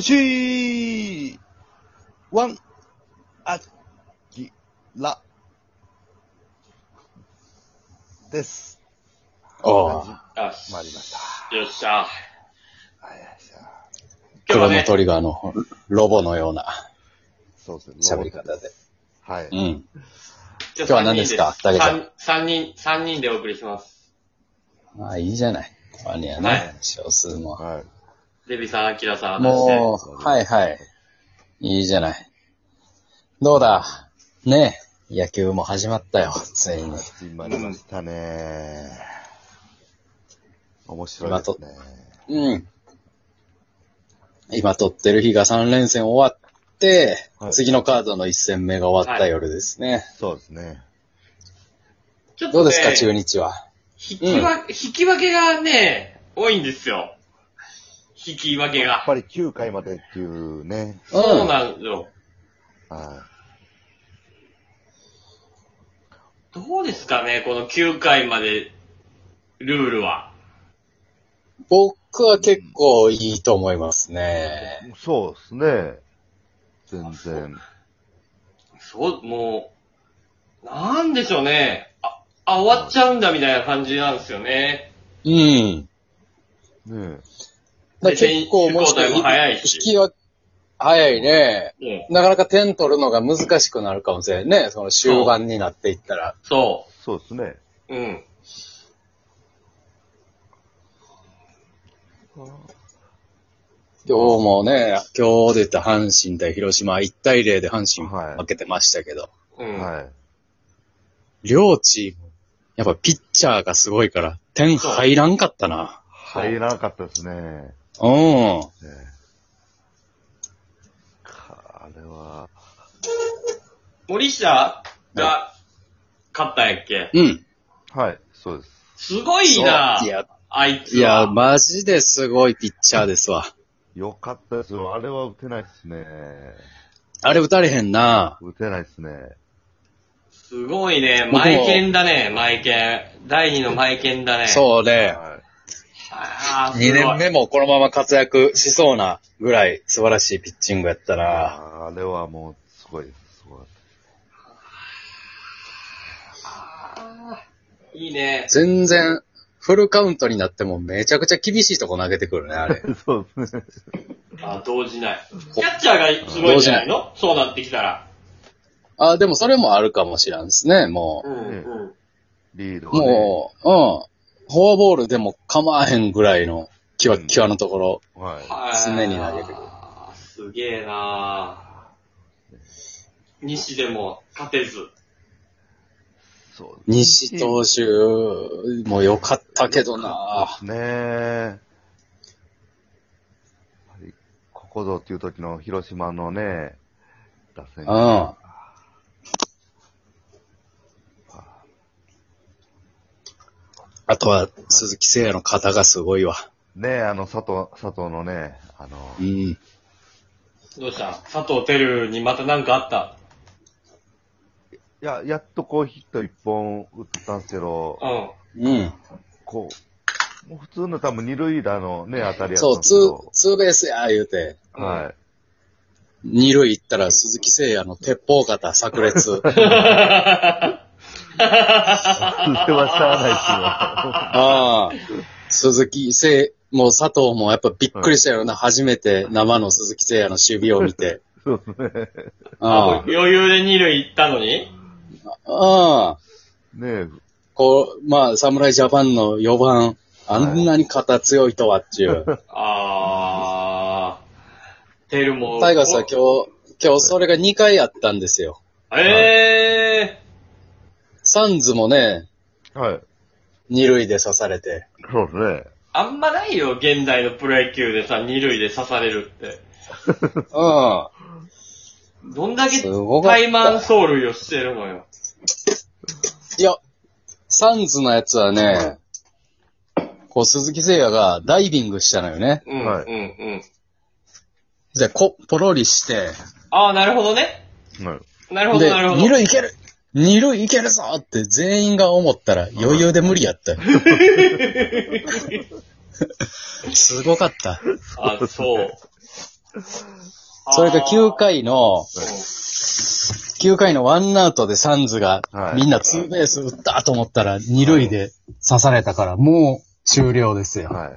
4MC! ワン、あきら、です。ああ、よし。参りました。よっしゃ。はい、じゃあ、今日黒はのね、トリガーのロボのようなそうですね。喋り方で。はい。うん。今日は何ですか三武さん三人、三人でお送りします。まあいいじゃない。あれやはねい。少数も。はい。デビさん、アキラさん、もう、はいはい。いいじゃない。どうだねえ、野球も始まったよ、ついに。始まりましたね。面白いですね。うん。今撮ってる日が3連戦終わって、はい次のカードの1戦目が終わった夜ですね。そうですね。ちょっどうとねですか、中日は。引きわ引き分けがね、多いんですよ。引き分けやっが。ぱり9回までっていうね。そうなんですよ。はどうですかね、この9回まで、ルールは。僕は結構いいと思いますね。い。そうですね。全然。そう、もう、なんでしょうね。あ、あ終わっちゃうんだみたいな感じなんですよね。うん。ねだでから結構もしか選手交代も早いし引きは、早いね。うん。なかなか点取るのが難しくなるかもしれないね。その終盤になっていったら。そそうですね。う。うん。今日もね、今日出た阪神対広島1対0で阪神はい負けてましたけど、うん。はい。両チーム、やっぱピッチャーがすごいから、点入らんかったな。入らなかったですね。うん。ねかあれは、森下が勝ったんやっけうん。はい、そうです。すごいなそういや、あいついや、は。マジですごいピッチャーですわ。よかったですよ。あれは打てないですね。あれ打たれへんな。打てないですね。すごいね。僕もマイケンだね、マイケン。第二のマイケンだね。う。そうね。はああ、すごい。 2年目もこのまま活躍しそうなぐらい素晴らしいピッチングやったい。ら、ああれはもう、すごいです。すごい。あーいいね。全然フルカウントになってもめちゃくちゃ厳しいとこ投げてくるね、あ れ。そうですね。あ動じない。キャッチャーがすごいんじゃないのそうなってきたら。あ、でもそれもあるかもしらんですね、もうん、ねうん。リードう。がねもう、うん。フォアボールでも構わへんぐらいの、キワッキワのところ。ははい常に投げてくるあーすげえな西でも勝てず。い。そう西投手も良かったけどな。ですね。やっぱりここぞっていう時の広島のね、打線う。ん。あとは、鈴木誠也の肩がすごいわ。ねあの、佐藤、佐藤のね、あのう、ん。どうした佐藤輝にまたなんかあったいや、やっとこうヒット一本打ったんですけど、 うん。うん。こう、もう普通の多分二塁打のね、当たりやったんそう、でツすけどー、ツーベースや、言うて。はい。二塁行ったら鈴木誠也の鉄砲型炸裂。それはしゃあ ああ。鈴木誠、もう佐藤もやっぱびっくりしたよな、初めて生の鈴木誠也の守備を見て。ないですよ。あ余裕で二塁行ったのにあ。ああ。ねこう、まあ、侍ジャパンの4番、あんなに肩強いとはっちゅ う。あー。テルも。タイガースは今日、今日それが2回あったんですよ。えサンズもね、え、はい。二塁で刺されて。そうですね。ー。あんまないよ、現代のプロ野球でさ、二塁で刺されるって。うん。どんだけすごかったタイマン走塁をしてるのよ。いや、サンズのやつはね、こう、鈴木誠也がダイビングしたのよね。うん、はいうん、うん。で、こ、ポロリして、ああ、なるほどね。はい。なるほど、でなる、ほ二ど。塁いける二塁いけるぞ って全員が思ったら余裕で無理やったよ。すごかった。あ、そう。 それが9回の、あー。 9回のワンアウトでサンズがは、いみんなツーベース打ったと思ったら、2塁で刺されたから、もう終了ですよ。はい。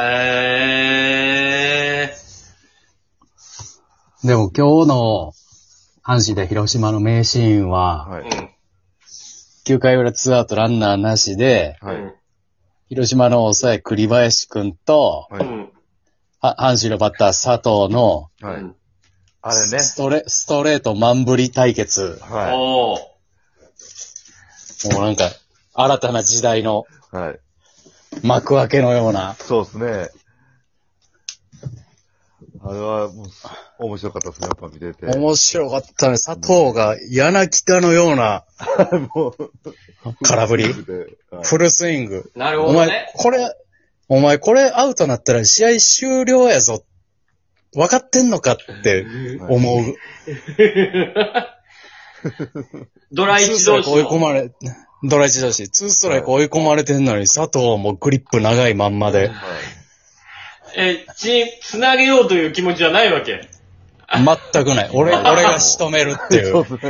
はい。でも今日の、阪神で広島の名シーンは、はい。 9回裏ツーアウトランナーなしで、うん。はい。広島の抑え栗林くんと、うはい。ん。は阪神のバッター佐藤の、はういん。。あれね。ストレ、ストレート満振り対決。はおー。もうなんか、新たな時代のい。はい。幕開けのような。そうですね。あれは、もう、面白かったですね、やっぱ見てて。面白かったね。佐藤が柳田のようなもう、空振り。ではいフルスイング。なるほおど前ね。、これ、お前これアウトなったら試合終了やぞ。分かってんのかって思う。ドラツー一ストライク同士追い込の。まれ、ドライチだし、ツーストライク追い込まれてんのに、佐藤もグリップ長いまんまで、はい。え、ち、つなげようという気持ちはないわけ。全くない。俺、俺が仕留めるっていそうう。ですね。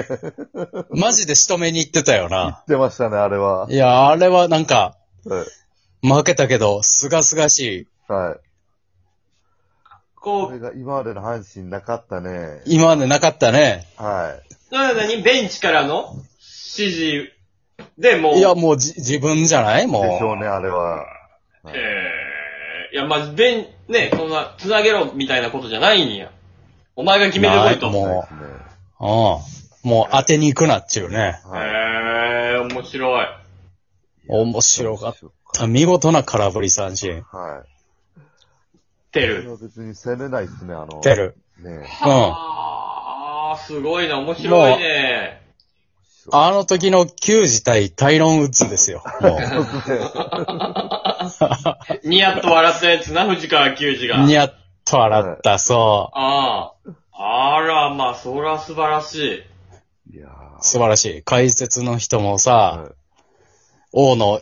言っマジで仕留めに行ってたよな。てましたね、あれは。いや、あれはなんか、はい。負けたけど、すがすがしい。はい。ここれう、が今までの阪神なかったね。今までなかったね。はななにベンチからの指示でもう、いや、もうじ自分じゃないい。でしょもうね、あれは。えー、いや、まず、ベン、ね、そんな、つなげろみたいなことじゃないんや。お前が決めてこいと。ないもうないですね。う。うん。もう当てに行くなっちゅうね。はい。えー、面白い。面白かった。見事な空振り三振。はてい。る。別に攻めないですね、あの。出。る。ねえうん。あー、すごいな、面白いね。あの時の球児対タイロンウッズですよ。もう。ニヤッと笑ったやつな、藤川球児が。にやっと笑った、そああ。あら、まあ、そら素晴らし い。いやーう。素晴らしい。解説の人もさ、は大野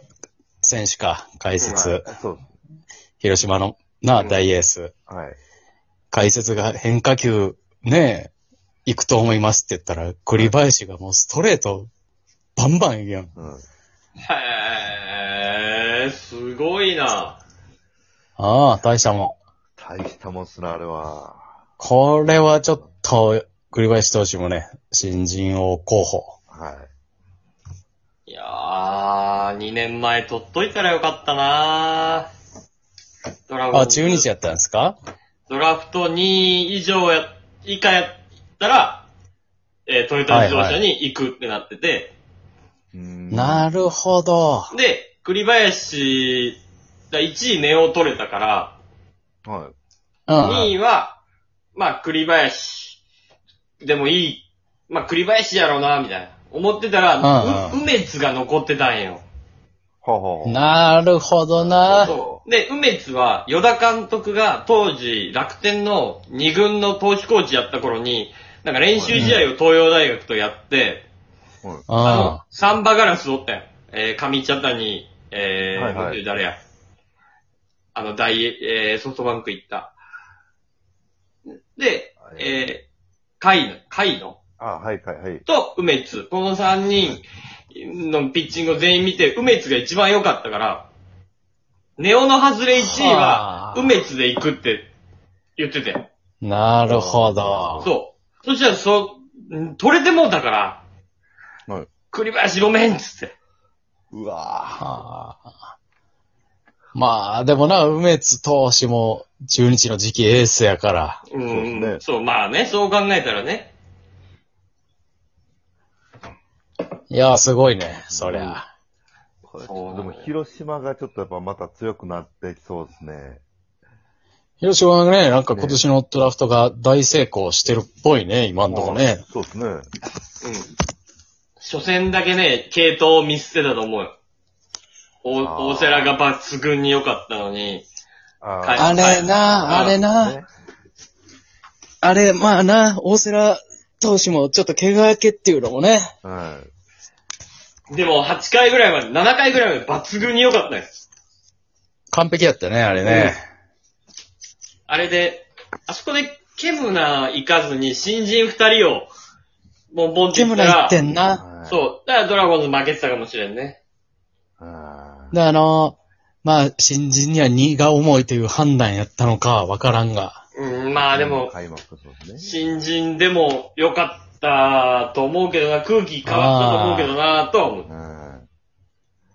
選手か、解説。いそうです。広島の、な、うん大エース。はい。解説が変化球、ねえ、行くと思いますって言ったら、栗林がもうストレート、バンバン行くやん。うん。へえ、すごいな。ああ、大したもん。大したもんっすね、あれは。これはちょっと、栗林投手もね、新人王候補。はいやー、2年前取っといたらよかったなドラあ、中日や。やったんですかドラフト2位以上や、以下やったら、えートヨタ自動車に行くってなってて、い。うーんなるほど。で、栗林が1位根を取れたから、はうん。 2位は、まあ栗林でもいい、まあ栗林やろうな、みたいな。思ってたら、うんううん梅津が残ってたんよ。い。はあはあはなるほどな。そうで、梅津は、与田監督が当時、楽天の2軍の投手コーチやった頃に、なんか練習試合を東洋大学とやって、あはい。あのあ、サンバガラスおったやん。えー、上茶谷、えー、はいはいなんていう誰や。あの、大、えー、ソフトバンク行った。で、えー、海野、海野あ、はい、はい、はい。と梅津。この3人のピッチングを全員見て、梅津が一番良かったから、ネオの外れ1位はは、あ梅津で行くって言ってて。なるほど。そう。そしたら、そううん、取れてもうたから、はい栗林ごめんっつって。うわはあまあ、でもな、梅津投手も中日の次期エースやから。うそうですん、ねそう、まあね、そう考えたらね。いや、すごいね、そりゃ。これそうなのでも、広島がちょっとやっぱまた強くなってきそうですね。広島がね、なんか今年のドラフトが大成功してるっぽいね、今んとこね。そうですね。うん。初戦だけね、系統を見捨てたと思うよ。あーお、大瀬良が抜群に良かったのに。あはいあれな、はあいれな、ねあれ、まあな、大瀬良投手もちょっと怪我明けっていうのもね。はい。でも、8回ぐらいまで、7回ぐらいまで抜群に良かったよ。完璧やったね、あれね。あれで、あそこでケムナ行かずに新人二人を、ボンボンっケて言ムったラ行ら、ってんな。はいそう。だからドラゴンズ負けてたかもしれんね。あで、あの、まあ、新人には荷が重いという判断やったのかわからんが。うん、ーまあでも、開幕そうですね。新人でも良かったと思うけどな、空気変わったと思うけどな、とは思う。は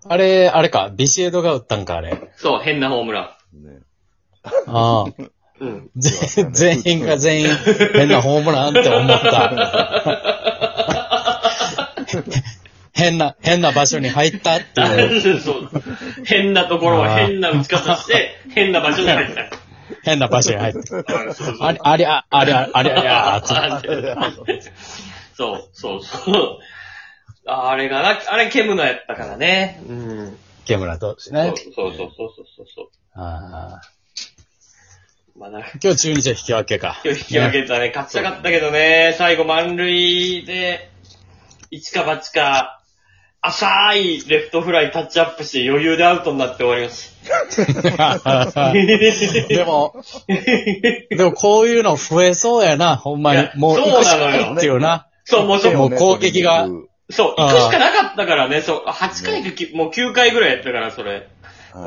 あれ、あれか、ビシエドが打ったんか、あれ。そう、変なホームラい。ね。ああ。ン。うん。ぜ全員が全員、変なホームランって思った。変な、変な場所に入ったっていう、 そう変なところを変な打ち方 して、変な場所に入った。変な場所に入った。うんそうそうあれ、あれ、ああれ、あれ、あれ、あつあ そう、そう、そう。あれがな、あれ、ケムナやったからね。うん。池村投手そうね。そうそうそうそうそああう。まあ、なんか今日中日は引き分けか。今日引き分けたね。勝ちたかったけどね、最後満塁で、一か八か、浅いレフトフライタッチアップして余裕でアウトになって終わりましねでも、でもこういうの増えそうやな、ほんまいにや。もうそう行なのよくしかないっていうな。た。 そう、もうそでもう、攻撃がそう、行くしかなかったからね、そう、8回かき、もう9回ぐらいやったから、それ。うーは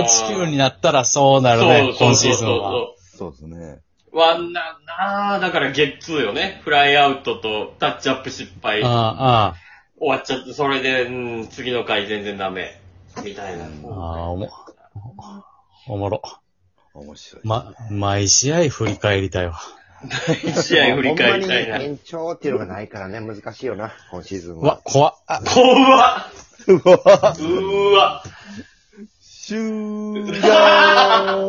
いん。 8、9になったらそうなるね、そう今そシうーそズうンは。そそうですね。う。わ、な、なあだからゲッツーよね。フライアウトとタッチアップ失敗。終あわっちゃって、それで、うん、次の回全然ダメ。みたいな。あ、ああ、ああ、おも、おもろ。面白い。ま、毎試合振り返りたいわ。一試合振り返りたいほんまにな。延長っていうのがないからね、難しいよな、今シーズンうはわ。、怖っ。あ怖っうわうーわシュー